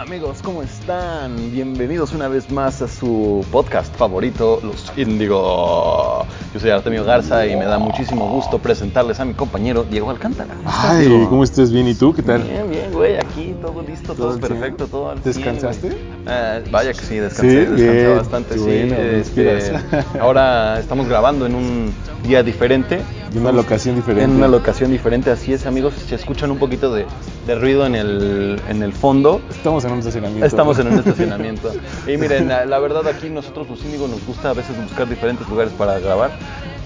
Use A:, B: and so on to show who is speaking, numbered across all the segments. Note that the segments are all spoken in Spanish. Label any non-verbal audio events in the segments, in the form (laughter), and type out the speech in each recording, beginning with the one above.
A: amigos? ¿Cómo están? Bienvenidos una vez más a su podcast favorito, Los Índigo. Yo soy Artemio Garza y me da muchísimo gusto presentarles a mi compañero Diego Alcántara.
B: Ay, ¿cómo estás? Bien, ¿y tú? ¿Qué tal?
A: Bien, bien, güey, aquí todo listo,
B: ¿Todo
A: todo,
B: al cien?
A: perfecto, todo al cien,
B: ¿Descansaste?
A: güey. Eh, vaya que sí, descansé,
B: Sí,
A: descansé
B: bien,
A: bastante,
B: qué
A: sí.
B: bueno,
A: este,
B: respiras. (laughs)
A: ahora estamos grabando en un día diferente.
B: En una locación diferente.
A: En una locación diferente, así es, amigos. Si escuchan un poquito de, de ruido en el, en el fondo,
B: Estamos en un
A: (laughs)
B: estacionamiento.
A: Estamos en
B: (laughs)
A: un estacionamiento. Y miren, la, la verdad aquí nosotros los índigos nos gusta a veces buscar diferentes lugares para grabar.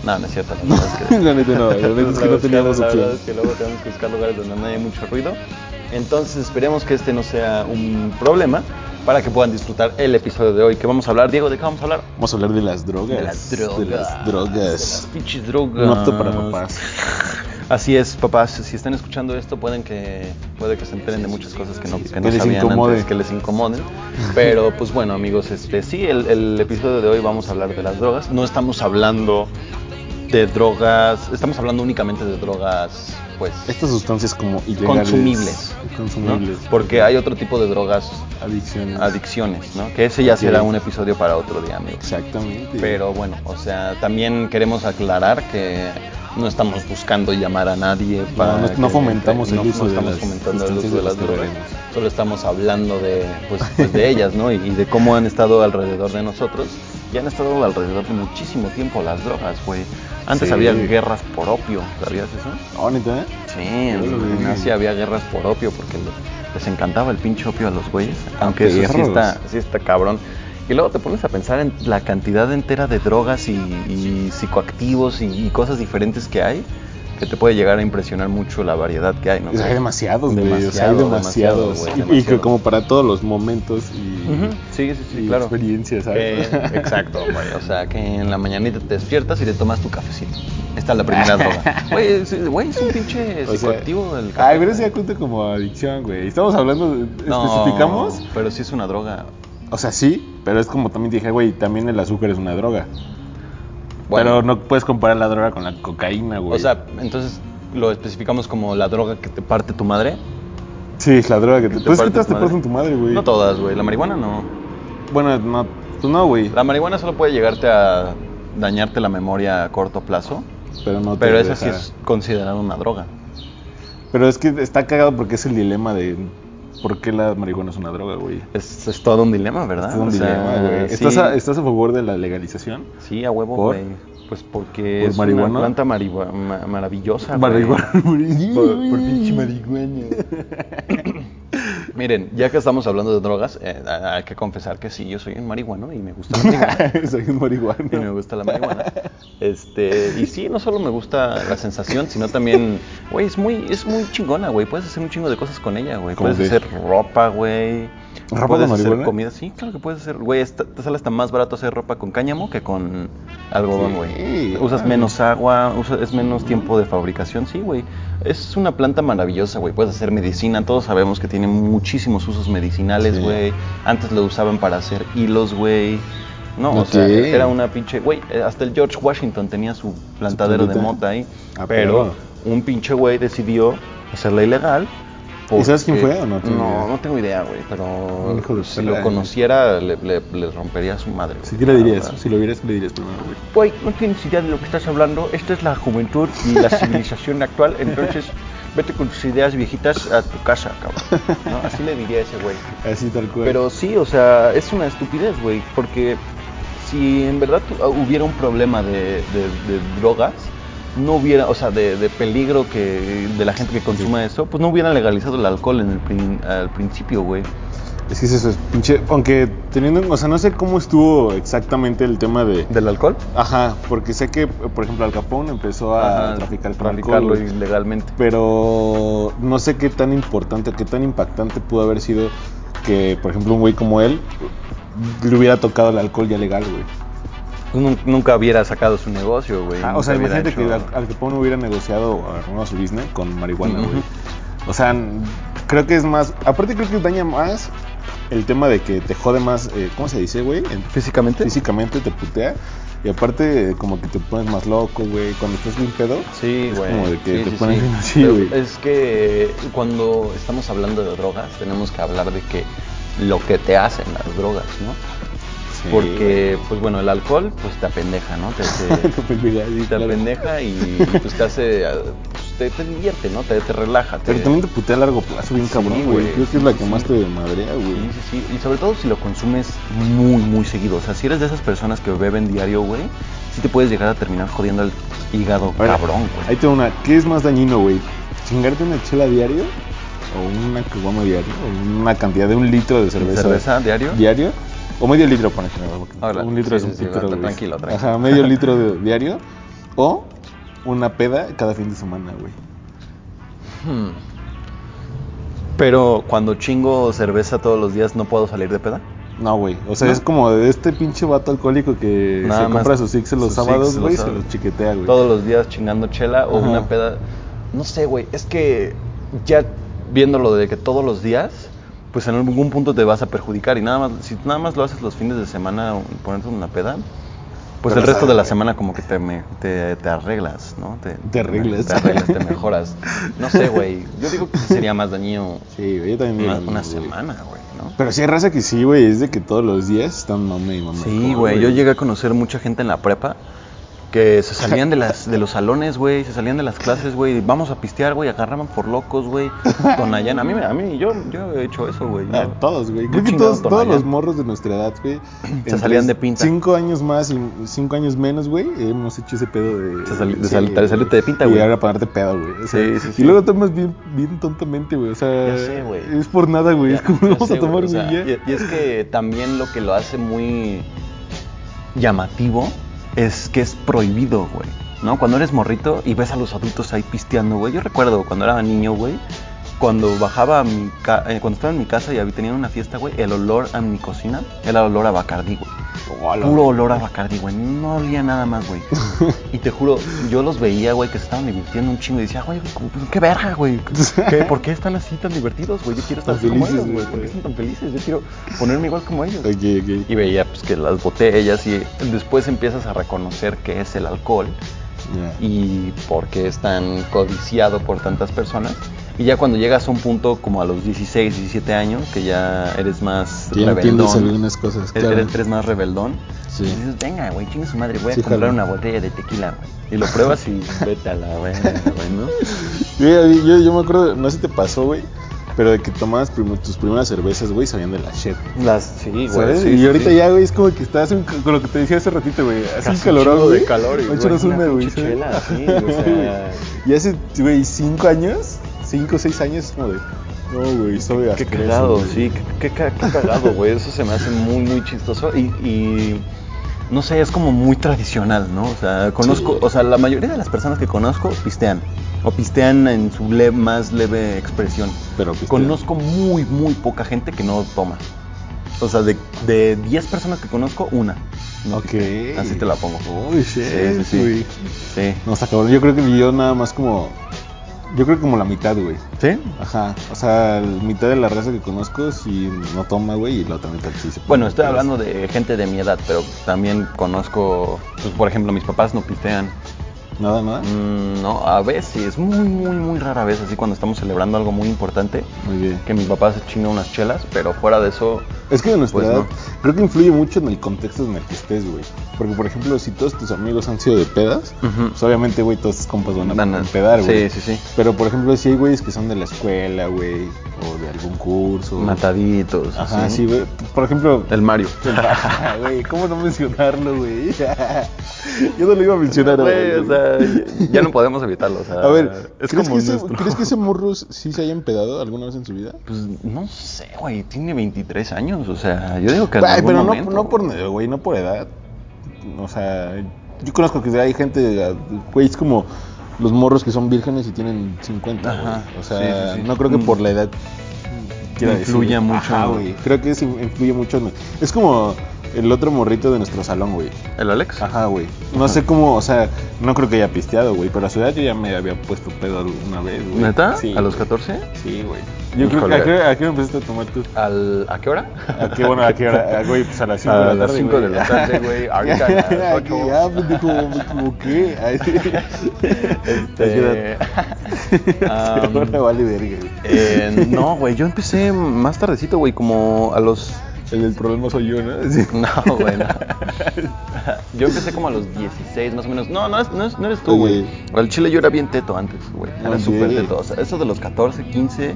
A: No, no es cierto. La verdad es que,
B: La neta no, la neta es que no teníamos
A: la
B: opción.
A: verdad es que luego tenemos que buscar lugares donde no haya mucho ruido. Entonces esperemos que este no sea un problema para que puedan disfrutar el episodio de hoy. Que vamos a hablar, Diego, ¿de qué vamos a hablar?
B: Vamos a hablar de las drogas.
A: De las drogas.
B: De las
A: De las
B: drogas.
A: pinches drogas.
B: No apto para papás.
A: Así es, papás, si están escuchando esto pueden que puede que se enteren de muchas cosas que no, que no
B: Que les
A: sabían
B: incomode.
A: antes, que les incomoden. Pero pues bueno, amigos, este sí, el, el episodio de hoy vamos a hablar de las drogas. No estamos hablando de drogas, estamos hablando únicamente de drogas, pues
B: Estas sustancias como ilegales.
A: consumibles, ¿no?
B: Consumibles.
A: Porque hay otro tipo de drogas,
B: Adicciones.
A: adicciones, ¿no? Que ese ya
B: Así
A: será
B: es.
A: un episodio para otro día, amigos.
B: Exactamente.
A: Pero bueno, o sea, también queremos aclarar que no estamos buscando llamar a nadie para
B: no- no
A: que-
B: fomentamos el
A: no- no
B: uso de
A: estamos
B: las
A: fomentando el uso de
B: sustancias
A: las
B: que
A: drogas.
B: queremos.
A: Solo estamos hablando de pues, pues, de ellas, ¿no? Y, y de cómo han estado alrededor de nosotros. Y han estado alrededor de muchísimo tiempo las drogas, güey. Antes
B: Sí.
A: había guerras por opio, ¿sabías eso?
B: Oh, neta.
A: Sí, en,
B: Uy.
A: en Asia había guerras por opio porque le- les encantaba el pinche opio a los güeyes.
B: Ah,
A: Aunque eso sí
B: perros.
A: está, sí está cabrón. Y luego te pones a pensar en la cantidad entera de drogas y, y psicoactivos y, y cosas diferentes que hay, que te puede llegar a impresionar mucho la variedad que hay, ¿no?
B: O sea, hay demasiados, güey. O sea, hay
A: Demasiado, demasiado,
B: demasiados.
A: güey,
B: Y- y,
A: demasiado.
B: como para todos los momentos y,
A: Ujú, Sí, sí, sí,
B: y
A: claro.
B: experiencias, ¿sabes?
A: Eh, exacto, güey. O sea, que en la mañanita te despiertas y te tomas tu cafecito. Esta es la primera
B: (laughs)
A: droga. Güey, es, güey, es un pinche
B: O sea,
A: psicoactivo el café.
B: Ay, pero eso
A: güey.
B: ya cuenta como adicción, güey. Estamos hablando, de-
A: No,
B: especificamos.
A: Pero sí es una droga.
B: O sea, sí, pero es como también dije, güey, también el azúcar es una droga.
A: Bueno,
B: Pero no puedes comparar la droga con la cocaína, güey.
A: o sea, entonces lo especificamos como la droga que te parte tu madre.
B: sí, es la droga que te.
A: te
B: Pues
A: parte
B: que todas
A: tu
B: te
A: madre?
B: pasan tu madre, güey.
A: No todas, güey. La marihuana no.
B: Bueno, no, tú no, güey.
A: La marihuana solo puede llegarte a dañarte la memoria a corto plazo.
B: Pero no te
A: pero esa sí
B: deja-
A: es considerada una droga.
B: Pero es que está cagado porque es el dilema de por qué la marihuana es una droga, güey.
A: Es, es todo un dilema, ¿verdad?
B: Es un
A: Ah, O sea,
B: dilema, güey.
A: sí.
B: ¿Estás, a, estás a favor de la legalización?
A: Sí, a huevo,
B: ¿Por?
A: güey. Pues porque
B: ¿Por
A: es
B: marihuana?
A: una planta marihua- ma- maravillosa. Ah, güey.
B: Marihuana.
A: Por- por pinche
B: (laughs)
A: Miren, ya que estamos hablando de drogas, eh, hay que confesar que sí, yo soy un marihuano y me gusta la
B: (laughs)
A: marihuana.
B: Soy un marihuana.
A: (laughs) y me gusta la marihuana. Este, y sí, no solo me gusta la sensación, sino también, güey, es muy, es muy chingona, güey. Puedes hacer un chingo de cosas con ella, güey.
B: ¿Cómo
A: Puedes
B: qué?
A: hacer ropa, güey.
B: ¿Ropa
A: puedes
B: con
A: hacer
B: marihuana?
A: comida, sí, claro que puedes hacer, güey, está- te sale hasta más barato hacer ropa con cáñamo que con algodón,
B: Sí,
A: güey.
B: claro.
A: Usas menos agua, usas, es menos tiempo de fabricación, sí, güey. Es una planta maravillosa, güey. Puedes hacer medicina, todos sabemos que tiene muchísimos usos medicinales,
B: Sí.
A: güey. Antes lo usaban para hacer hilos, güey. No, o
B: Ok.
A: sea, era una pinche. Güey, eh, hasta el George Washington tenía su plantadero de
B: plantita?
A: mota ahí. pero
B: Ah, pero-
A: un pinche güey decidió hacerla ilegal.
B: ¿Y sabes quién
A: porque-
B: fue o no tienes
A: No,
B: idea?
A: no tengo idea, güey. Pero
B: Un hijo de
A: si
B: perra,
A: lo
B: eh.
A: conociera, le, le- le rompería su madre.
B: Sí,
A: güey,
B: ¿qué le
A: la
B: dirías?
A: verdad.
B: Si lo vieras, ¿qué le dirías primero, güey?
A: Güey, no tienes idea de lo que estás hablando. Esta es la juventud y
B: (laughs)
A: la civilización actual. Entonces, vete con tus ideas viejitas a tu casa, cabrón. ¿No? Así le diría a ese güey.
B: Así tal cual.
A: Pero sí, o sea, es una estupidez, güey, porque si en verdad tu- ah, hubiera un problema de, de- de drogas, no hubiera, o sea, de, de peligro que de la gente que consuma eso, pues no hubieran legalizado el alcohol en el prin- al principio, güey.
B: Es que es eso, es pinche. Aunque teniendo. en- O sea, no sé cómo estuvo exactamente el tema de.
A: ¿Del alcohol?
B: Ajá, porque sé que, por ejemplo, Al Capón empezó a traficar con
A: traficarlo
B: alcohol, güey.
A: ilegalmente.
B: Pero no sé qué tan importante, qué tan impactante pudo haber sido que, por ejemplo, un güey como él le hubiera tocado el alcohol ya legal, güey.
A: Pues Nun- Nunca hubiera sacado su negocio, güey.
B: Ah, o sea,
A: nunca hubiera
B: imagínate que
A: hecho-
B: Al Al Capone hubiera negociado algunos su business con marihuana,
A: Ujú.
B: güey. O sea, n- creo que es más. Aparte, creo que daña más el tema de que te jode más. eh, ¿Cómo se dice, güey? En-
A: ¿Físicamente?
B: Físicamente te putea. Y aparte, eh, como que te pones más loco, güey. Cuando estás bien pedo.
A: Sí,
B: es
A: güey.
B: como de que
A: Sí,
B: te
A: sí,
B: pones
A: sí.
B: bien (laughs) así,
A: Pero
B: güey.
A: Es que cuando estamos hablando de drogas, tenemos que hablar de que lo que te hacen las drogas, ¿no?
B: Sí,
A: Porque, pues bueno, el alcohol pues te apendeja, ¿no? Te,
B: (laughs)
A: te-
B: güey. Pues mira, sí,
A: te
B: claro.
A: apendeja y pues te hace, ah, pues, te, te divierte, ¿no? Te, te relaja. te-
B: Pero también te putea a largo plazo, bien
A: Sí,
B: cabrón,
A: güey.
B: güey. Creo que es la que
A: Sí,
B: más
A: sí.
B: te madrea, güey.
A: Sí, sí, sí. Y sobre todo si lo consumes muy, muy seguido. O sea, si eres de esas personas que beben diario, güey, sí te puedes llegar a terminar jodiendo el hígado,
B: A ver,
A: cabrón, güey.
B: Ahí tengo una. ¿Qué es más dañino, güey? ¿Chingarte una chela diario? ¿O una caguama diario? ¿O una cantidad de un litro de cerveza?
A: cerveza diario?
B: ¿Diario? O medio litro, por ejemplo. porque
A: Órale,
B: un litro
A: sí,
B: es
A: sí,
B: un
A: sí,
B: litro,
A: va,
B: güey.
A: tranquilo, tranquilo. (laughs)
B: Ajá, medio litro de- diario. O una peda cada fin de semana, güey.
A: Hmm. Pero cuando chingo cerveza todos los días, ¿no puedo salir de peda?
B: No, güey. O sea,
A: No.
B: es como de este pinche vato alcohólico que
A: Nada
B: se
A: más
B: compra sus six los
A: sus
B: sábados,
A: six
B: güey,
A: los
B: y se
A: sábados.
B: los chiquetea, güey.
A: Todos los días chingando chela o
B: Ajá.
A: una peda. No sé, güey. Es que ya viéndolo de que todos los días, pues en algún punto te vas a perjudicar. Y nada más, si nada más lo haces los fines de semana, ponerte una peda, pues
B: Pero
A: el resto
B: sabe,
A: de la
B: güey.
A: semana como que te, me- te, te arreglas, ¿no? Te,
B: Te arreglas.
A: Te arreglas,
B: (laughs)
A: te mejoras. No sé, güey. Yo digo que sí sería más dañino
B: Sí, güey, yo también. digo
A: una,
B: lo mismo,
A: una
B: güey.
A: semana, güey, ¿no?
B: Pero sí hay raza que sí, güey, es de que todos los días están mame y mame.
A: Sí, güey, yo llegué a conocer mucha gente en la prepa que se salían de las de los salones, güey, se salían de las clases, güey, vamos a pistear, güey, agarraban por locos, güey, Tonayán. A mí me- a mí yo yo he hecho eso, güey.
B: A
A: yo-
B: Ah, todos, güey.
A: yo
B: Creo que
A: chingado
B: todos, todos
A: Tonayán.
B: los morros de nuestra edad, güey. entre
A: salían de pinta.
B: Cinco años más y cinco años menos, güey, hemos hecho ese pedo de.
A: Se sali- de sal- de salirte de pinta,
B: Y
A: güey.
B: ahora ponerte pedo, güey. O sea,
A: Sí, sí,
B: Y
A: sí.
B: luego tomas bien, bien tontamente, güey. O
A: Ya
B: sea,
A: sé, güey.
B: es por nada, güey. Es como
A: Ya
B: vamos
A: sé,
B: a tomar,
A: güey,
B: güey.
A: o sea,
B: ya.
A: y, y es que también lo que lo hace muy llamativo es que es prohibido, güey. ¿No? Cuando eres morrito y ves a los adultos ahí pisteando, güey. Yo recuerdo cuando era niño, güey, cuando bajaba a mi ca- eh, cuando estaba en mi casa y había tenían una fiesta, güey, el olor a mi cocina era olor a Bacardí, güey.
B: Hola,
A: Puro
B: güey.
A: olor a Bacardi, güey. No olía nada más, (laughs) güey. Y te juro, yo los veía, güey, que se estaban divirtiendo un chingo y decía, güey, güey, qué verga, güey. ¿Qué- ¿Por qué están así tan divertidos, güey? Yo quiero estar
B: Tan
A: así como
B: felices,
A: ellos, güey.
B: güey.
A: ¿Por qué están tan felices? Yo quiero ponerme igual como ellos.
B: Ok, ok.
A: Y veía, pues, que las botellas y después empiezas a reconocer qué es el alcohol
B: Ya.
A: y por qué es tan codiciado por tantas personas. Y ya cuando llegas a un punto como a los 16, 17 años, que ya eres más
B: Ya entiendes algunas cosas,
A: eres,
B: claro.
A: eres más rebeldón.
B: Sí.
A: Y dices, venga, güey, chingue su madre, voy a
B: Sí,
A: comprar
B: jalo.
A: una botella de tequila, güey. Y lo pruebas
B: (laughs)
A: y vete a la verga, güey, ¿no?
B: Yo, yo, yo me acuerdo, no sé si te pasó, güey, pero de que tomabas prim- tus primeras cervezas, güey, sabían de la shit.
A: Las, sí, güey.
B: ¿Sabes?
A: sí,
B: y
A: sí,
B: ahorita
A: sí.
B: ya, güey, es como que estás en- con lo que te decía hace ratito, güey. Hace un
A: Casi
B: calorón,
A: chingo
B: güey.
A: de calor y,
B: Ocho
A: güey,
B: horas
A: una
B: una, güey.
A: pinche chela,
B: ¿sabes?
A: sí, o sea.
B: (laughs) Y hace, güey, cinco años, cinco o seis años, es como de, no, güey, sabe
A: Qué
B: asqueroso,
A: cagado,
B: güey".
A: sí, qué, qué ca- qué cagado, güey. Eso se me hace muy, muy chistoso. Y, y no sé, es como muy tradicional, ¿no? O sea, conozco,
B: Sí.
A: o sea, la mayoría de las personas que conozco pistean. O pistean en su le- más leve expresión.
B: Pero pues, pistean.
A: Conozco muy, muy poca gente que no toma. O sea, de de 10 personas que conozco, una. no
B: Ok.
A: pistea. Así te la pongo.
B: Uy,
A: sí,
B: shit,
A: sí, sí.
B: güey.
A: Sí.
B: No, está cabrón. Yo creo que yo nada más como, yo creo que como la mitad, güey.
A: ¿Sí?
B: Ajá, o sea, la mitad de la raza que conozco sí no toma, güey, y la otra mitad sí se pone.
A: Bueno, estoy hablando de gente de mi edad, pero también conozco, pues, por ejemplo, mis papás no pistean.
B: Nada, nada.
A: Mm, no, a veces, muy, muy, muy rara vez, así cuando estamos celebrando algo muy importante,
B: Muy bien.
A: que mi papá se chinga unas chelas, pero fuera de eso,
B: Es que de nuestra
A: Pues
B: edad,
A: no.
B: creo que influye mucho en el contexto en el que estés, güey. Porque, por ejemplo, si todos tus amigos han sido de pedas,
A: Ujú.
B: pues obviamente, güey, todos tus compas van a
A: Van a-
B: pedar, güey.
A: sí, sí, sí.
B: Pero, por ejemplo, si hay güeyes que son de la escuela, güey, o de algún curso.
A: mataditos.
B: Ajá,
A: así.
B: sí, güey. Por ejemplo, (laughs)
A: El Mario.
B: Ah, Güey, ¿cómo no mencionarlo, güey? (laughs) Yo no lo iba a mencionar.
A: Güey, o
B: güey.
A: sea, ya- ya no podemos evitarlo. O sea,
B: A ver,
A: es
B: ¿crees,
A: como
B: que ese,
A: nuestro-
B: crees que ese morro sí se haya empedado alguna vez en su vida?
A: Pues no sé, güey, tiene 23 años, o sea, yo digo que en
B: Güey,
A: algún
B: pero no,
A: momento-
B: no por güey, no por edad. O sea, yo conozco que hay gente, güey, es como los morros que son vírgenes y tienen 50,
A: Ajá,
B: güey. O sea,
A: sí, sí, sí.
B: no creo que
A: Mm.
B: por la edad
A: Influya mucho.
B: Ajá, güey, creo que sí influye mucho. en- Es como el otro morrito de nuestro salón, güey.
A: ¿El Alex?
B: Ajá, güey. No sé cómo, o sea, no creo que haya pisteado, güey, pero a su edad yo ya me había puesto pedo alguna vez, güey.
A: ¿Neta?
B: Sí,
A: ¿A los
B: güey.
A: 14?
B: Sí, güey. Yo creo que
A: Híjole.
B: ¿a qué, a qué hora empezaste a tomar tú?
C: ¿Al, ¿A qué hora?
B: (laughs) ¿A qué, bueno, a qué hora? Ah, Güey, pues a las 5
A: A
B: de la tarde.
A: las cinco de la
C: tarde,
B: (laughs)
C: güey. Ahorita a las ocho.
B: Ya, pues, dijo, me equivoqué. Ay, sí.
A: Este,
B: Ahora
A: am,
B: (laughs) vale verga, güey.
A: eh, no, güey, yo empecé más tardecito, güey, como a los...
B: El, el problema soy yo, ¿no? Sí. (laughs)
A: No, güey, no. Yo empecé como a los 16, más o menos. No, no, es- no, es- no eres tú, güey. Al chile yo era bien teto antes, güey. Era
B: Ok.
A: súper teto. O sea, eso de los 14, 15,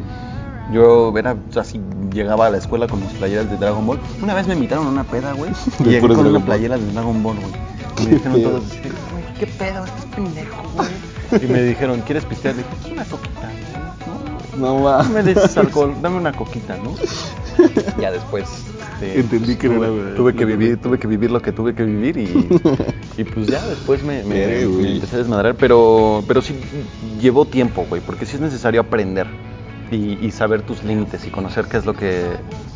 A: yo era así, llegaba a la escuela con mis playeras de Dragon Ball. Una vez me invitaron a una peda,
B: (laughs)
A: güey. Y
B: De
A: llegué
B: puros
A: con
B: Dragon
A: una
B: Ball.
A: playera de Dragon Ball,
B: (laughs)
A: güey. Y
B: Qué
A: Me dijeron
B: pedo.
A: todos, así, güey, ¿qué pedo? Estás pendejo, güey. Y me dijeron, ¿quieres pistear? Le dije, "Pues una coquita, ¿no?
B: No
A: No (laughs) me
B: mames. (laughs)
A: des alcohol, dame una coquita, ¿no? Ya después. este,
B: Entendí que era
A: tuve,
B: la verdad.
A: tuve que vivir, tuve que vivir lo que tuve que vivir
B: (laughs)
A: y, y pues ya después me, me-
B: Verga, güey.
A: me empecé a desmadrar, pero pero sí llevó tiempo, güey, porque sí es necesario aprender y, y saber tus límites y conocer qué es lo que.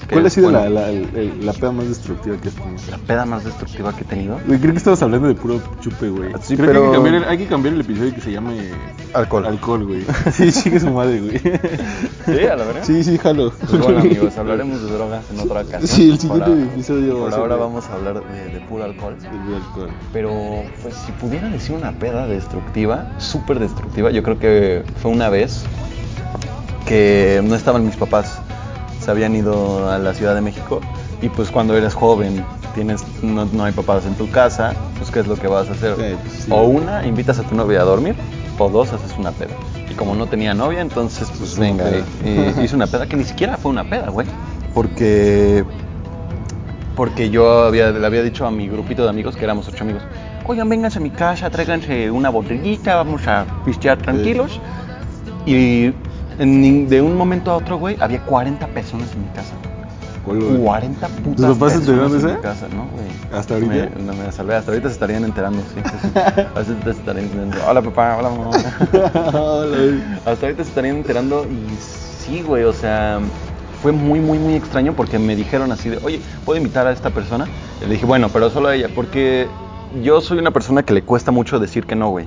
A: qué
B: ¿Cuál ha
A: es
B: sido
A: bueno.
B: la, la, el- la peda más destructiva que has tenido?
A: la peda más destructiva que he tenido?
B: Güey, creo que estabas hablando de puro chupe, güey.
A: Sí,
B: Creo
A: pero-
B: que hay que, cambiar el, hay que cambiar el episodio que se llame...
A: Alcohol.
B: Alcohol,
A: (laughs)
B: güey. Sí, sigue su madre, güey.
A: Sí, a la verdad.
B: Sí, sí, jalo.
A: Pues bueno,
B: (laughs)
A: amigos, hablaremos de drogas en otra ocasión.
B: Sí, el
A: Por
B: siguiente
A: ahora-
B: episodio va a
A: Por
B: ser
A: ahora
B: de-
A: vamos a hablar de, de puro alcohol.
B: El alcohol.
A: Pero, pues, si pudiera decir una peda destructiva, súper destructiva, yo creo que fue una vez que no estaban mis papás, se habían ido a la Ciudad de México y pues cuando eres joven, tienes no, no hay papás en tu casa, pues qué es lo que vas a hacer.
B: Sí, pues, sí.
A: O una, invitas a tu novia a dormir, o dos, haces una peda. Y como no tenía novia, entonces pues
B: una
A: venga,
B: peda.
A: y- y hice una peda que ni siquiera fue una peda, güey, porque porque yo había, le había dicho a mi grupito de amigos, que éramos ocho amigos, oigan, vénganse a mi casa, tráiganse una botellita, vamos a pistear tranquilos. Y en nin- de un momento a otro, güey, había 40 personas en mi casa.
B: ¿Cuál, güey?
A: 40 putas
B: ¿Tus papás se
A: personas
B: enteraron de
A: en
B: esa?
A: mi casa, ¿no, güey?
B: ¿Hasta ahorita?
A: Me, no me la salvé, hasta ahorita se estarían enterando, sí.
B: (laughs)
A: sí, sí. Hasta ahorita se estarían enterando. Hola, papá, hola, mamá.
B: Hola, güey.
A: Hasta ahorita se estarían enterando y sí, güey, o sea, fue muy, muy, muy extraño porque me dijeron así de, oye, ¿puedo invitar a esta persona? Y le dije, bueno, pero solo a ella, porque yo soy una persona que le cuesta mucho decir que no, güey.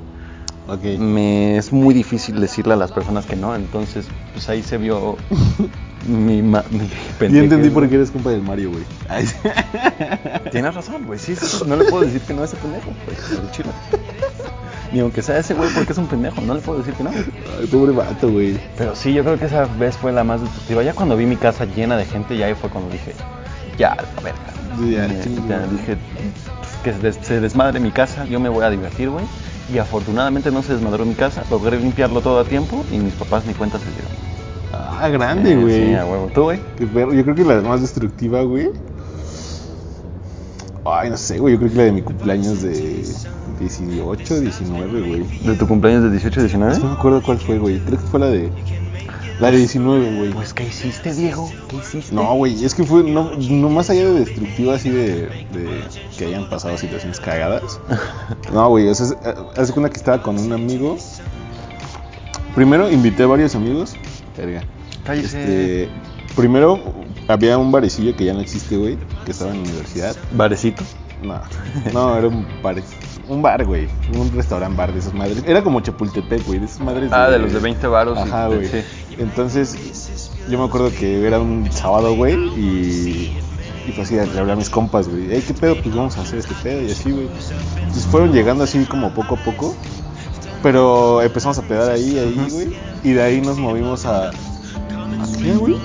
B: Ok.
A: Me es muy difícil decirle a las personas que no, entonces, pues ahí se vio (laughs) mi, ma- mi
B: Yo entendí
A: pendejez,
B: por
A: güey.
B: qué eres compa del Mario, güey. Ay, sí.
A: Tienes razón, güey, sí, sí, no le puedo decir que no a ese pendejo, pues, al chile. Ni aunque sea ese güey porque es un pendejo, no le puedo decir que no.
B: Ay, pobre vato, güey.
A: Pero sí, yo creo que esa vez fue la más destructiva. Ya cuando vi mi casa llena de gente, ya ahí fue cuando dije, ya, a ver,
B: Sí, ya,
A: me-
B: chingue,
A: ya,
B: güey.
A: dije que se, des- se desmadre mi casa, yo me voy a divertir, güey. Y afortunadamente no se desmadró mi casa, logré limpiarlo todo a tiempo y mis papás ni cuenta se dieron.
B: Ah, grande,
A: Eh,
B: güey.
A: Sí, a huevo. ¿Tú, güey?
B: Qué perro. Yo creo que la más destructiva, güey. Ay, no sé, güey. Yo creo que la de mi cumpleaños de 18, 19, güey.
A: ¿De tu cumpleaños de 18 y
B: Es
A: 19?
B: que No me acuerdo cuál fue, güey. Creo que fue la de. La de 19, güey.
A: Pues, ¿qué hiciste, Diego? ¿Qué hiciste?
B: No, güey, es que fue no, no más allá de destructiva, así de, de que hayan pasado situaciones cagadas. No, güey, o sea, es- eh, haz de cuenta que estaba con un amigo. Primero invité a varios amigos. Verga.
A: Cállese.
B: Este, primero había un barecillo que ya no existe, güey, que estaba en la universidad.
A: ¿Barecito?
B: No, (laughs) no, era un bar, un bar, güey, un restaurante bar de esas madres. Era como Chapultepec, güey, de esas madres.
A: Ah, de los de 20 varos y-
B: Ajá, güey.
A: sí.
B: Entonces, yo me acuerdo que era un sábado, güey, y, y pues así le hablé a mis compas, güey, hey, ¿qué pedo? Pues vamos a hacer este pedo y así, güey. Entonces fueron llegando así como poco a poco, pero empezamos a pedar ahí, ahí, güey, y de ahí nos movimos a... ¿A qué, güey?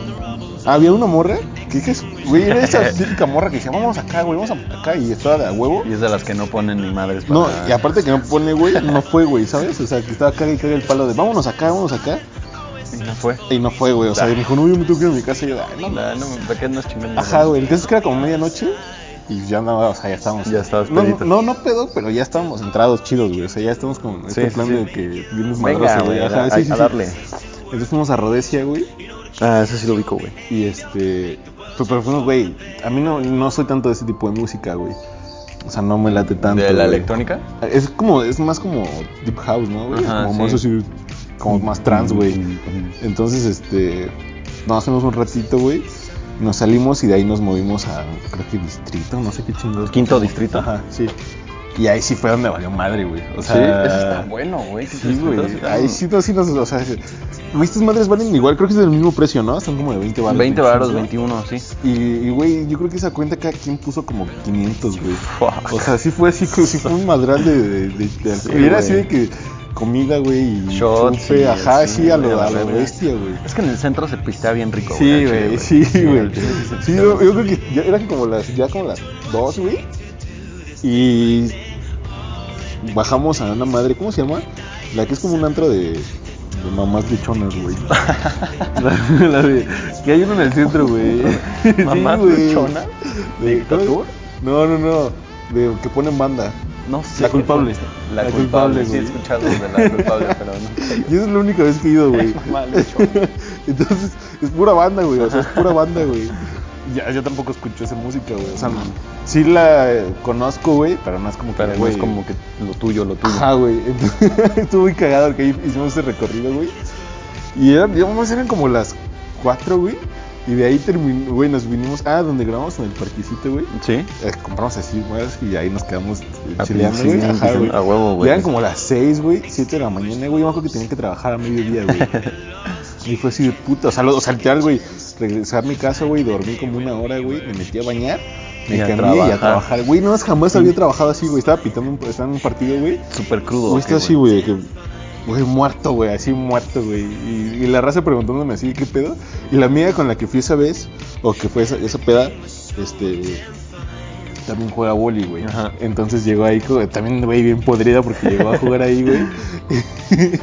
B: Había una morra, que que es? Güey, era
A: (laughs)
B: esa típica morra que decía, vamos acá, güey, vamos acá, y estaba de a huevo.
A: Y es de las que no ponen ni madres para...
B: No, y aparte que no pone, güey, no fue, güey, ¿sabes? O sea, que estaba acá y caga el palo de vámonos acá, vámonos acá.
A: Y no fue.
B: Y no fue, güey. O sea, me dijo, no, yo me tengo que ir a mi casa. Y yo, ay, no,
A: No, no, ¿para qué nos chingamos?
B: Ajá, güey. Entonces que era como medianoche. Y ya andaba, o sea, ya estábamos.
A: Ya estabas
B: no,
A: pedito.
B: no, no pedo, pero ya estábamos entrados chidos, güey. O sea, ya estamos con este
A: sí,
B: plan
A: sí.
B: de que vienes
A: Venga,
B: madroso,
A: güey,
B: güey.
A: a,
B: Ajá,
A: a-
B: sí, sí,
A: a
B: sí.
A: darle.
B: Entonces fuimos a Rodesia, güey.
A: Ah, eso sí lo ubico, güey.
B: Y este. Pues, pero fuimos, güey. A mí no, no soy tanto de ese tipo de música, güey. O sea, no me late tanto.
A: ¿De la
B: güey.
A: electrónica?
B: Es como, es más como Deep House, ¿no? güey?
A: Ajá,
B: como
A: sí.
B: más así, como más trans, güey.
A: Mm, mm, mm.
B: Entonces, este, nos hacemos un ratito, güey. Nos salimos y de ahí nos movimos a, creo que distrito, no sé qué chingados.
A: ¿Quinto distrito?
B: Ajá, sí. Y ahí sí fue donde valió madre, güey. O sea,
A: Sí, eso está bueno, güey. (laughs)
B: Sí, güey.
A: ah.
B: Ahí sí, no, sí, nos, o sea, güey, estas madres valen igual, creo que es del mismo precio, ¿no? Son como de 20 baros.
A: 20 varos,
B: 25,
A: 21, sí.
B: Y, y, güey, yo creo que esa cuenta cada quien puso como 500, güey. O sea, sí fue así, como- sí fue un madral de... de, de, de alcohol.
A: Sí,
B: Era así
A: güey.
B: de que comida, güey, y
A: Shots,
B: chupe,
A: sí,
B: ajá,
A: sí,
B: sí, a lo,
A: güey,
B: a lo
A: güey.
B: bestia, güey.
A: Es que en el centro se pistea bien rico,
B: Sí,
A: al chile,
B: güey, sí, güey.
A: al chile sí se
B: Sí,
A: pistea
B: yo,
A: rico.
B: yo creo que ya eran como las, ya como las dos, güey. Y bajamos a una madre, ¿cómo se llama? La que es como un antro de, de mamás luchonas, güey. (laughs) la, la de, que hay uno en el
A: (laughs)
B: centro, (laughs) güey.
A: ¿Mamás
B: güey.
A: luchonas?
B: De-
A: ¿Dictatur?
B: No, no, no. De, que ponen banda.
A: No sé.
B: La culpable.
C: La,
B: La culpable,
C: culpable, sí he
B: güey.
C: escuchado de la culpable, pero
B: (laughs)
C: no.
B: Y esa es la única vez que he ido, güey.
C: Mamá luchona.
B: (laughs) Entonces, es pura banda, güey. O sea, es pura banda, güey. (laughs) Ya, yo tampoco escucho esa música, güey. O sea, sí la eh, conozco, güey, pero no es como que,
A: Pero no
B: güey.
A: es como que lo tuyo, lo tuyo.
B: Ajá, güey. (laughs) Entonces, Estuvo muy cagado porque ahí hicimos ese recorrido, güey. Y eran, digamos, eran como las cuatro, güey. Y de ahí terminó, güey, nos vinimos. Ah, donde grabamos en el parquecito, güey.
A: Sí.
B: Eh, compramos así, más y ahí nos quedamos eh,
A: A
B: chileando,
A: pinche-
B: güey. Ajá, güey.
A: a huevo, güey.
B: Ya eran como las 6, güey, 7 de la mañana, güey. Yo me acuerdo que tenían que trabajar a mediodía, güey. y fue así de puta. O sea, lo, o sea, literal, güey, regresé a mi casa, güey, dormí como una hora, güey. Me metí a bañar, me
A: Y a
B: cambié y a
A: trabajar.
B: trabajar. Güey, no, jamás había trabajado así, güey. Estaba pitando, un- estaba en un partido, güey.
A: Súper crudo.
B: Güey,
A: ok,
B: está así, güey, de que, güey, muerto, güey, así muerto, güey. Y, y la raza preguntándome así, ¿qué pedo? Y la amiga con la que fui esa vez, o que fue esa, esa peda, este, también juega boli, güey.
A: Ajá.
B: Entonces llegó ahí, co- también, güey, bien podrida porque llegó a jugar
A: (laughs)
B: ahí, güey.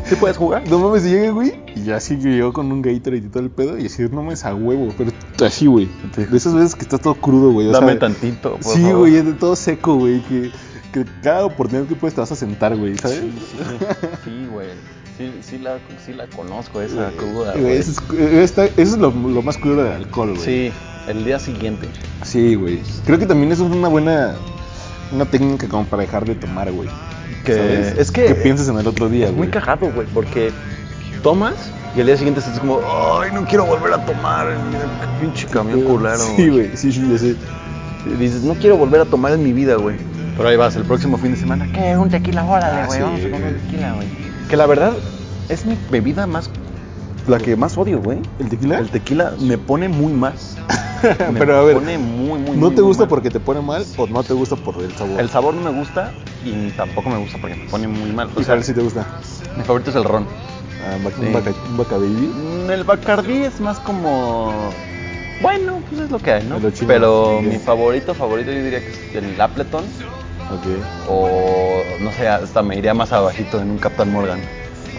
A: ¿Sí puedes jugar?
B: No mames, llega, güey. Y ya así que llegó con un Gatorade y todo el pedo. Y así, no mames, a huevo. Pero así, güey. De esas veces que está todo crudo, güey. o
A: Dame
B: sea,
A: tantito, por
B: Sí,
A: favor.
B: güey, es de todo seco, güey. Que, que cada oportunidad que puedes te vas a sentar, güey, ¿sabes?
C: Sí, güey. Sí, sí, la, sí la conozco,
A: Ah,
C: esa cruda,
B: Güey,
C: güey.
B: Eso es, esta- eso es lo, lo más crudo del alcohol, güey.
C: Sí, el día siguiente.
B: Sí, güey. Creo que también eso es una buena una técnica como para dejar de tomar, güey.
A: Que-
B: ¿Sabes?
A: es que-
B: Que pienses en el otro día,
A: Es muy
B: güey.
A: cagado, güey, porque tomas y al día siguiente estás como, ay, no quiero volver a tomar. Mira, qué pinche camión culero.
B: Sí, güey. Sí, sí, ya sé.
A: Y dices, no quiero volver a tomar en mi vida, güey. Pero ahí vas, el próximo fin de semana, ¿qué? Un tequila, órale,
B: Ah,
A: güey,
B: sí.
A: vamos a comer un tequila, güey. Que la verdad es mi bebida más, la que más odio, güey.
B: ¿El tequila?
A: El tequila me pone muy
B: (laughs)
A: mal. Me
B: Pero a ver,
A: pone muy, muy,
B: ¿no
A: muy,
B: te
A: muy
B: gusta
A: mal.
B: porque te pone mal o no te gusta por el sabor?
A: El sabor no me gusta y tampoco me gusta porque me pone muy mal. O
B: ¿Y
A: sea,
B: cuál sí te gusta?
A: mi favorito es el ron.
B: Ah, bac-
A: Sí.
B: un, baca, un Baca baby.
A: Mm, El Bacardí es más como. Bueno, pues es lo que hay, ¿no?
B: Pero chino.
A: Pero
B: Ok.
A: mi favorito, favorito, yo diría que es el Appleton.
B: Ok.
A: O no sé, hasta me iría más abajito en un Captain Morgan.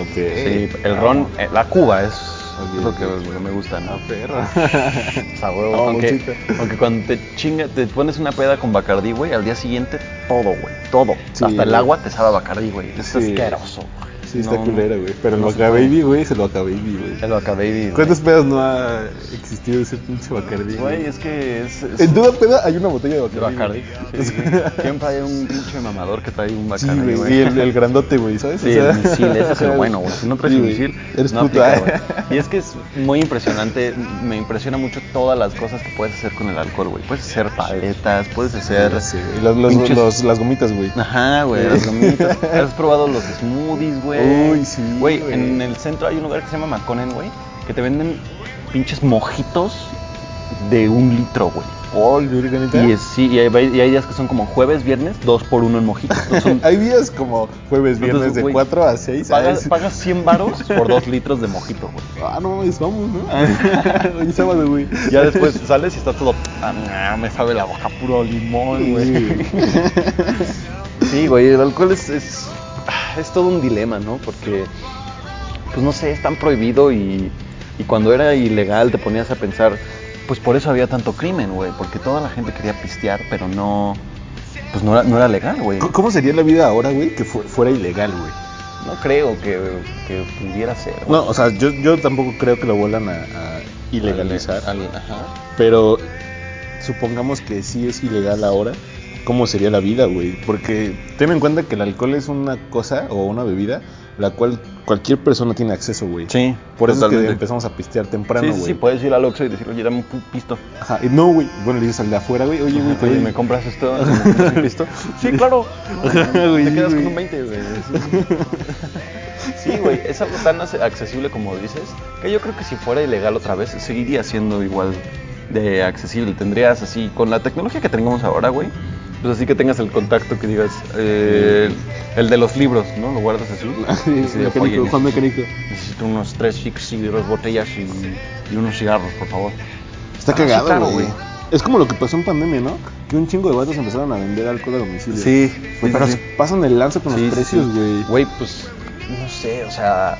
B: Ok.
A: Sí, el ron, eh, la Cuba es,
B: Ah. Ok,
A: es lo
B: ok.
A: que lo que me gusta, ¿no?
B: Ah, perro.
A: (laughs) O sea, huevo,
B: Ah,
A: aunque,
B: bolsita.
A: aunque cuando te chinga, te pones una peda con Bacardí, güey, al día siguiente todo, güey, todo.
B: Sí,
A: Hasta el
B: güey.
A: agua te sabe a Bacardí, güey. Es
B: Sí.
A: asqueroso. güey.
B: Sí, está
A: No,
B: culera, güey. Pero el
A: no se
B: Baca
A: puede.
B: Baby, güey, es el Baca Baby, güey.
A: El Bacardí.
B: ¿Cuántas pedas no ha existido ese pinche Bacardi?
A: Güey,
B: güey?
A: es que es. es-
B: En toda peda hay una botella de Bacardi.
A: De Bacardi.
B: güey.
A: Sí, (laughs) Siempre hay un pinche mamador que trae un
B: Sí,
A: Bacardi,
B: güey.
A: güey.
B: Y el, el grandote, güey, ¿sabes?
A: Sí,
B: (laughs)
A: el misil, ese es el bueno, güey. Si no traes
B: Sí,
A: el
B: güey.
A: misil,
B: Eres
A: no
B: puto,
A: aplica,
B: ah.
A: güey. Y es que es muy impresionante, me impresiona mucho todas las cosas que puedes hacer con el alcohol, güey. Puedes hacer paletas, puedes hacer...
B: Sí, güey. Y los, los-
A: pinches-
B: los- las gomitas, güey.
A: Ajá, güey,
B: Sí.
A: las
B: (laughs)
A: gomitas. ¿Has probado los smoothies, güey?
B: Uy, sí,
A: Güey,
B: güey.
A: en el centro hay un lugar que se llama Maconen, güey, que te venden pinches mojitos de un litro, güey.
B: Oh, el Yuri Ganita. (laughs)
A: Y, es- sí, y hay, y hay días que son como jueves, viernes, dos por uno en mojitos. Entonces
B: (laughs)
A: son-
B: Hay días como jueves, viernes,
A: Entonces,
B: de
A: güey,
B: 4 a 6.
A: pagas, pagas 100 varos por dos litros de mojito, güey.
B: Ah, no mames, vamos, ¿no?
A: (laughs)
B: (laughs) Hoy es sábado, güey.
A: Ya después sales y está todo. "Ah, me sabe la boca puro limón, güey. (laughs) Sí, güey, el alcohol es, es, es todo un dilema, ¿no? Porque, pues no sé, es tan prohibido y, y cuando era ilegal te ponías a pensar, pues por eso había tanto crimen, güey, porque toda la gente quería pistear, pero no, pues no era, no era legal, güey.
B: ¿Cómo- ¿Cómo sería la vida ahora, güey, que fu- fuera ilegal, güey?
A: No creo que, que pudiera ser. güey.
B: No, o sea, yo, yo tampoco creo que lo vuelan a, a ilegalizar.
A: Al- al- ajá.
B: Pero supongamos que sí es ilegal ahora. cómo sería la vida, güey. Porque ten en cuenta que el alcohol es una cosa o una bebida la cual cualquier persona tiene acceso, güey.
A: Sí,
B: Por eso es que
A: totalmente.
B: empezamos a pistear
A: Sí,
B: temprano,
A: sí,
B: güey.
A: sí, pues. puedes ir al Oxxo y decir, oye, dame un pu- pisto.
B: Ajá, y no, güey. Bueno, le dices al de afuera, güey. Oye, güey,
A: Oye,
B: oye,
A: ¿me compras
B: (laughs)
A: esto? ¿Me compras un pisto? Sí, claro.
B: Ajá, (laughs) güey,
A: Te quedas
B: sí,
A: con
B: güey.
A: un 20, güey. Sí, güey, es algo tan ace- accesible como dices, que yo creo que si fuera ilegal otra vez, seguiría siendo igual de accesible. Tendrías así, con la tecnología que tengamos ahora, güey, pues así que tengas el contacto que digas, eh, el de los libros, ¿no? Lo guardas
B: (laughs)
A: así. y se, oye,
B: mecánico, Juan Mecánico.
A: necesito unos tres six y dos botellas y, y unos cigarros, por favor.
B: Está
A: Ah, sí,
B: cagado,
A: claro,
B: güey.
A: güey.
B: Es como lo que pasó en pandemia, ¿no? Que un chingo de vatos empezaron a vender alcohol a domicilio.
A: Sí, sí,
B: Güey, pero
A: sí.
B: se pasan el lanza con
A: Sí,
B: los
A: sí,
B: precios,
A: sí.
B: güey.
A: Güey, pues no sé, o sea,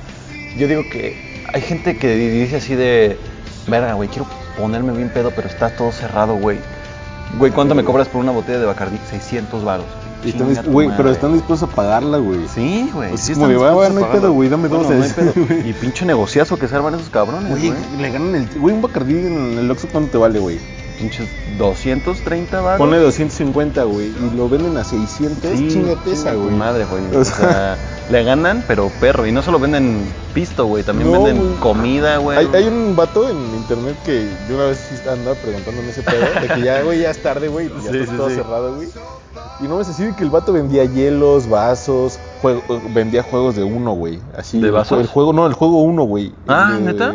A: yo digo que hay gente que dice así de, verga, güey, quiero ponerme bien pedo, pero está todo cerrado, güey. Güey, ¿cuánto me cobras por una botella de Bacardí? 600 baros.
B: Y están dis- güey, pero están dispuestos a pagarla, güey.
A: Sí, güey.
B: Pues
A: sí
B: como
A: están
B: de, va,
A: dispuestos
B: va, no hay
A: a pagarla.
B: pedo, güey, dame dos,
A: Bueno, no hay
B: es- (laughs)
A: pedo. Y pinche negociazo que se arman esos cabrones,
B: Güey,
A: güey.
B: le ganan el. Güey, un Bacardí en el Oxxo, ¿cuánto te vale, güey?
A: Pinches 230 baros.
B: Ponle 250, güey. Y lo venden a 600.
A: Sí,
B: chingate esa,
A: chinga tu
B: güey.
A: Madre, güey.
B: O (laughs)
A: O sea, le ganan, pero perro. Y no solo venden pisto, güey. También
B: No,
A: venden
B: güey.
A: comida, güey.
B: Hay, hay un vato en internet que yo una vez sí andaba preguntándome ese pedo, de que ya, güey, ya es tarde, güey, ya
A: Sí,
B: está
A: sí,
B: todo
A: sí.
B: cerrado, güey. Y no me decir que el vato vendía hielos, vasos, juego- vendía juegos de uno, güey. Así,
A: ¿De
B: el jue-
A: vasos?
B: El juego, no, el juego uno, güey.
A: Ah,
B: El de-
A: ¿neta?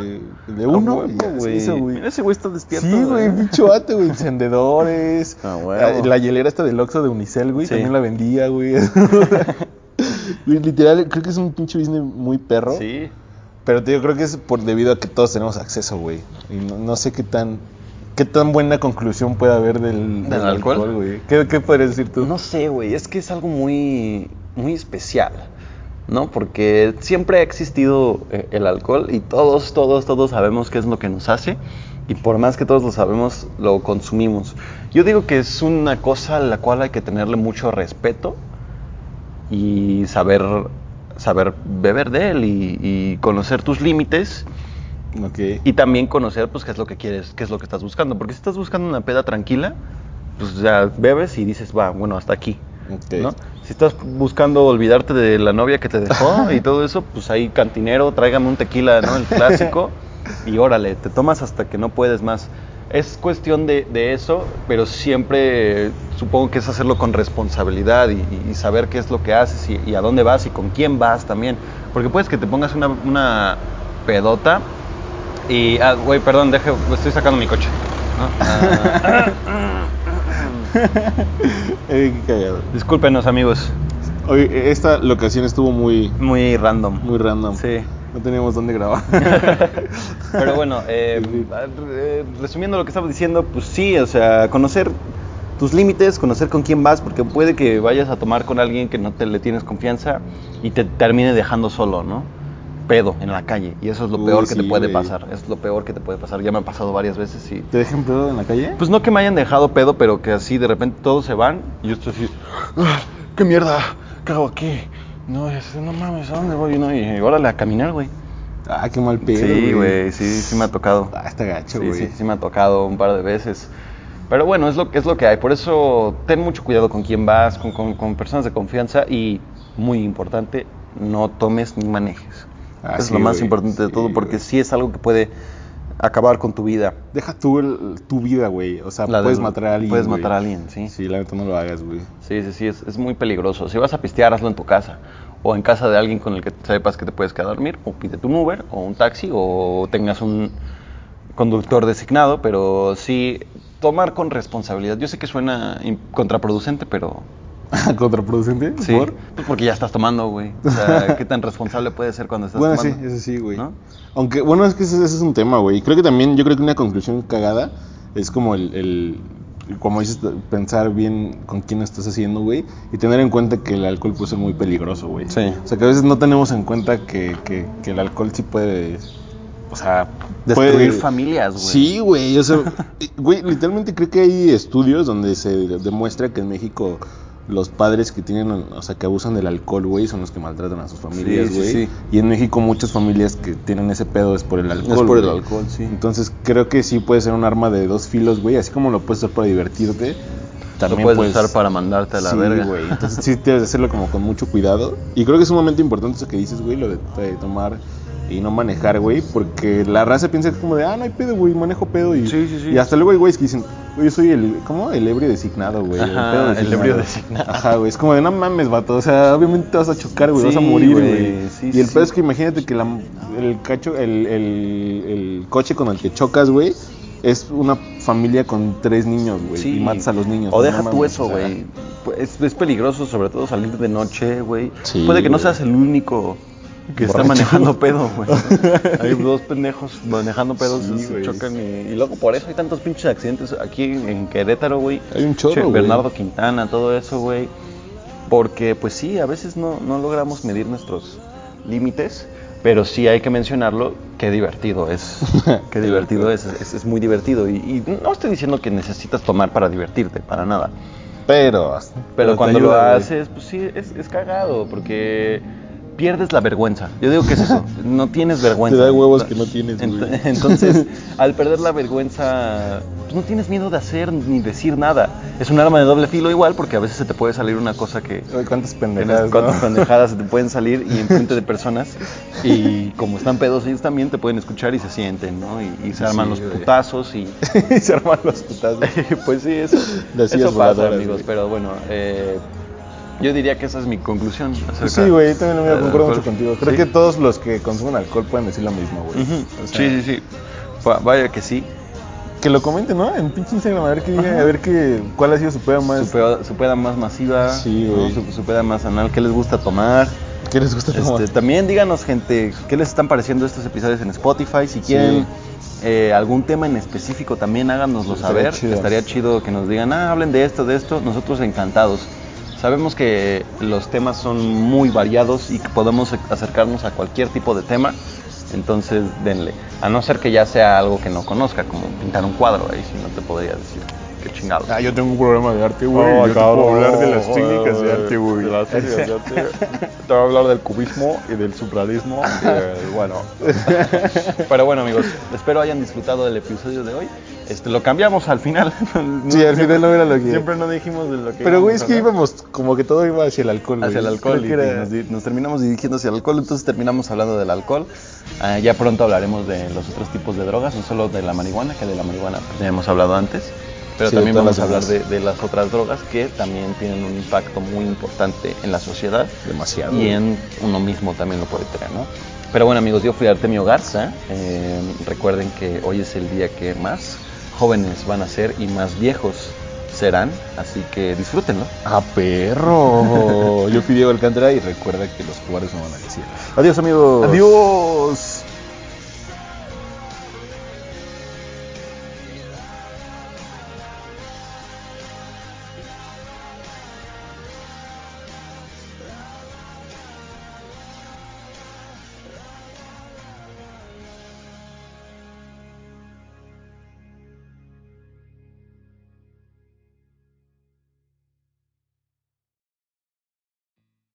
B: El de uno, y así hizo, güey.
A: Mira, Ese güey está despierto.
B: Sí, güey, pinche vato, güey, encendedores.
A: (laughs) Ah, huevo.
B: La hielera esta del Oxxo de Unicel, güey,
A: Sí.
B: también la vendía,
A: (laughs)
B: güey. (laughs) Güey, Literal, creo que es un pinche business muy perro.
A: Sí.
B: Pero te digo, creo que es por debido a que todos tenemos acceso, güey. Y no, no sé qué tan qué tan buena conclusión puede haber del,
A: ¿Del alcohol?
B: güey. ¿Qué, qué podrías decir tú?
A: No sé, güey. Es que es algo muy, muy especial. ¿No? Porque siempre ha existido eh, el alcohol y todos, todos, todos sabemos qué es lo que nos hace. Y por más que todos lo sabemos, lo consumimos. Yo digo que es una cosa a la cual hay que tenerle mucho respeto y saber, saber beber de él y- y conocer tus límites
B: Ok.
A: y también conocer pues qué es lo que quieres, qué es lo que estás buscando, porque si estás buscando una peda tranquila, pues ya bebes y dices, va, bueno, hasta aquí,
B: Ok.
A: ¿no? Si estás buscando olvidarte de la novia que te dejó y todo eso, pues ahí cantinero, tráigame un tequila, ¿no? El clásico y órale, te tomas hasta que no puedes más. Es cuestión de, de eso, pero siempre eh, supongo que es hacerlo con responsabilidad y, y- y saber qué es lo que haces y, y a dónde vas y con quién vas también. Porque puedes que te pongas una, una pedota y, ah, güey, perdón, deje, estoy sacando mi coche. ¿no? Ah,
B: Eh, qué cagado.
A: discúlpenos, amigos.
B: Oye, eh, esta locación estuvo muy,
A: Muy random.
B: muy random.
A: Sí.
B: No teníamos
A: (laughs)
B: dónde grabar.
A: Pero bueno, eh,
B: Sí, sí.
A: eh, resumiendo lo que estaba diciendo, pues sí, o sea, conocer tus límites, conocer con quién vas, porque puede que vayas a tomar con alguien que no te le tienes confianza y te termine dejando solo, ¿no? Pedo en la calle. Y eso es lo
B: Uy,
A: peor que te
B: sí,
A: puede
B: güey.
A: pasar. Es lo peor que te puede pasar. Ya me ha pasado varias veces y.
B: ¿Te dejan pedo en la calle?
A: Pues no que me hayan dejado pedo, pero que así de repente todos se van y yo estoy así. "Ah, ¿Qué mierda? ¿Qué hago aquí? No, y así, no mames, ¿a dónde voy? Y no, Y órale a caminar, güey.
B: Ah, qué mal pedo.
A: Sí, güey, sí, sí me ha tocado.
B: Ah, está gacho,
A: Sí,
B: güey.
A: sí, sí me ha tocado un par de veces. Pero bueno, es lo, es lo que hay. Por eso ten mucho cuidado con quién vas, con, con- con personas de confianza y, muy importante, no tomes ni manejes.
B: Ah,
A: es
B: sí,
A: lo más
B: güey,
A: importante de
B: sí,
A: todo porque
B: güey.
A: sí es algo que puede acabar con tu vida.
B: Deja tú el- tu vida, güey. O sea,
A: La de-
B: puedes matar a alguien.
A: Puedes
B: güey.
A: matar a alguien, sí.
B: Sí, la neta no lo hagas, güey. (laughs)
A: Sí, sí, sí, es, es muy peligroso. Si vas a pistear, hazlo en tu casa. O en casa de alguien con el que sepas que te puedes quedar a dormir. O pídete un Uber o un taxi o tengas un conductor designado. Pero sí, tomar con responsabilidad. Yo sé que suena in- contraproducente, pero...
B: ¿Contraproducente?
A: Sí,
B: ¿Por?
A: pues porque ya estás tomando, güey. O sea, ¿qué tan responsable puedes ser cuando estás
B: Bueno, sí,
A: tomando?
B: eso sí, güey.
A: ¿No?
B: Aunque, bueno, es que ese, ese es un tema, güey. Creo que también, yo creo que una conclusión cagada es como el, el- como dices, pensar bien con quién estás haciendo, güey. Y tener en cuenta que el alcohol puede ser muy peligroso, güey.
A: Sí.
B: O sea, que a veces no tenemos en cuenta que, que- que el alcohol sí puede, o sea...
A: Destruir
B: puede-
A: familias, güey.
B: Sí,
A: (laughs)
B: güey. O sea, eh, güey, literalmente creo que hay estudios donde se demuestra que en México... Los padres que tienen, o sea, que abusan del alcohol, güey, son los que maltratan a sus familias,
A: Sí, sí,
B: güey.
A: sí.
B: Y en México muchas familias que tienen ese pedo es por el alcohol.
A: por el
B: güey.
A: alcohol, sí.
B: Entonces creo que sí puede ser un arma de dos filos, güey. Así como lo puedes hacer para divertirte,
A: lo puedes, usar para mandarte a la
B: sí,
A: verga.
B: güey.
A: (laughs)
B: Entonces sí debes de hacerlo como con mucho cuidado. Y creo que es un momento importante eso que dices, güey, lo de, de tomar y no manejar, güey. Porque la raza piensa que es como de, ah, no hay pedo, güey, manejo pedo. Y,
A: Sí, sí, sí.
B: y hasta luego hay güeyes que dicen, güey, yo soy el, ¿cómo? El ebrio designado, güey.
A: Ajá,
B: pedo
A: el ebrio designado.
B: Ajá, güey. Es como de, no mames, vato. O sea, obviamente te vas a chocar, güey,
A: Sí,
B: vas a morir,
A: güey,
B: güey.
A: sí,
B: y el
A: sí.
B: pedo es que imagínate que la, el cacho, el, el, el coche con el que chocas, güey. Es una familia con tres niños, güey.
A: Sí.
B: Y matas a los niños.
A: O
B: no
A: deja tú
B: mames,
A: eso,
B: o sea,
A: güey. Pues, Es, es peligroso, sobre todo salir de noche, güey.
B: Sí,
A: Puede que no
B: güey.
A: seas el único que está
B: Borracho.
A: manejando
B: (laughs)
A: pedo, güey. hay dos pendejos manejando pedos,
B: Sí,
A: se
B: güey.
A: chocan y, y luego por eso hay tantos pinches accidentes aquí en, en Querétaro, güey.
B: Hay un chorro,
A: Che,
B: güey.
A: Bernardo Quintana, todo eso, güey. Porque, pues sí, a veces no, no logramos medir nuestros límites, pero sí hay que mencionarlo. Qué divertido
B: (laughs)
A: es. Qué divertido es. Es, es muy divertido. Y, y no estoy diciendo que necesitas tomar para divertirte, para nada.
B: Pero,
A: Pero
B: te
A: cuando lo
B: ayuda, güey.
A: haces, pues sí, es, es cagado, porque pierdes la vergüenza. Yo digo que es
B: (laughs)
A: eso, no tienes vergüenza.
B: Te da huevos que no tienes, güey.
A: Ent- (laughs)
B: (laughs)
A: Entonces, al perder la vergüenza, pues no tienes miedo de hacer ni decir nada. Es un arma de doble filo igual, porque a veces se te puede salir una cosa que...
B: Ay, ¿Cuántas
A: que
B: pendejadas?
A: no- Cuántas
B: no?
A: pendejadas se te pueden salir y enfrente de personas y como están pedos ellos también te pueden escuchar y se sienten, ¿no? Y, y se arman
B: Sí,
A: los
B: güey.
A: putazos y
B: (laughs) y se arman los putazos.
A: (laughs) pues sí, eso,
B: Las sillas
A: eso pasa,
B: voladoras,
A: amigos.
B: güey.
A: Pero bueno, eh, yo diría que esa es mi conclusión. acerca
B: Sí, güey, yo también me
A: del
B: concuerdo
A: alcohol.
B: mucho contigo. Creo
A: Sí.
B: que todos los que consumen alcohol pueden decir lo mismo, güey.
A: Ujú,
B: O sea,
A: sí, sí, sí. Va- Vaya que sí.
B: Que lo comenten, ¿no? En pinche Instagram, a ver qué diga, a ver qué, cuál ha sido su pedo más.
A: Su, peda- su peda más masiva,
B: pues, Sí,
A: ¿no?
B: güey.
A: su, su peda más anal, ¿qué les gusta tomar?
B: ¿Qué les gusta tomar?
A: Este, también díganos, gente, ¿qué les están pareciendo estos episodios en Spotify? Si
B: Sí.
A: quieren eh, algún tema en específico, también háganoslo
B: Estaría
A: saber.
B: chido.
A: Estaría chido que nos digan, ah, hablen de esto, de esto. Nosotros encantados. Sabemos que los temas son muy variados y que podemos acercarnos a cualquier tipo de tema. Entonces, denle. A no ser que ya sea algo que no conozca, como pintar un cuadro, ahí si no te podría decir. Qué chingado.
B: Ah, yo tengo un programa de arte, güey.
C: Oh,
B: yo te
C: cabrón.
B: puedo hablar de las
C: Oh,
B: técnicas de arte, güey.
C: de las técnicas de arte. Te voy a hablar del cubismo y del surrealismo. eh,
B: (laughs)
C: bueno,
A: Pero bueno, amigos, espero hayan disfrutado del episodio de hoy. Este, lo cambiamos al final. No-
B: Sí, al final no era lo que.
C: siempre no dijimos de lo que.
B: Pero, güey,
C: íbamos
B: es
C: a
B: que
C: hablar.
B: íbamos como que todo iba hacia el alcohol,
A: hacia el
B: güey.
A: alcohol
B: Creo
A: y
B: que era-
A: nos, di- nos terminamos dirigiendo hacia el alcohol, entonces terminamos hablando del alcohol. Ah, ya pronto hablaremos de los otros tipos de drogas, no solo de la marihuana, que de la marihuana pues, ya hemos hablado antes, pero
B: Sí, de
A: también
B: todas
A: vamos a hablar
B: las
A: de,
B: demás.
A: de las otras drogas que también tienen un impacto muy importante en la sociedad
B: Demasiado.
A: y en uno mismo también lo puede tener, ¿no? Pero bueno, amigos, yo fui Artemio Garza. Eh, recuerden que hoy es el día que más jóvenes van a ser y más viejos serán, así que disfrútenlo.
B: ¡A perro! Yo fui Diego Alcántara y recuerda que los jugadores no van a decir. Adiós, amigos.
A: Adiós.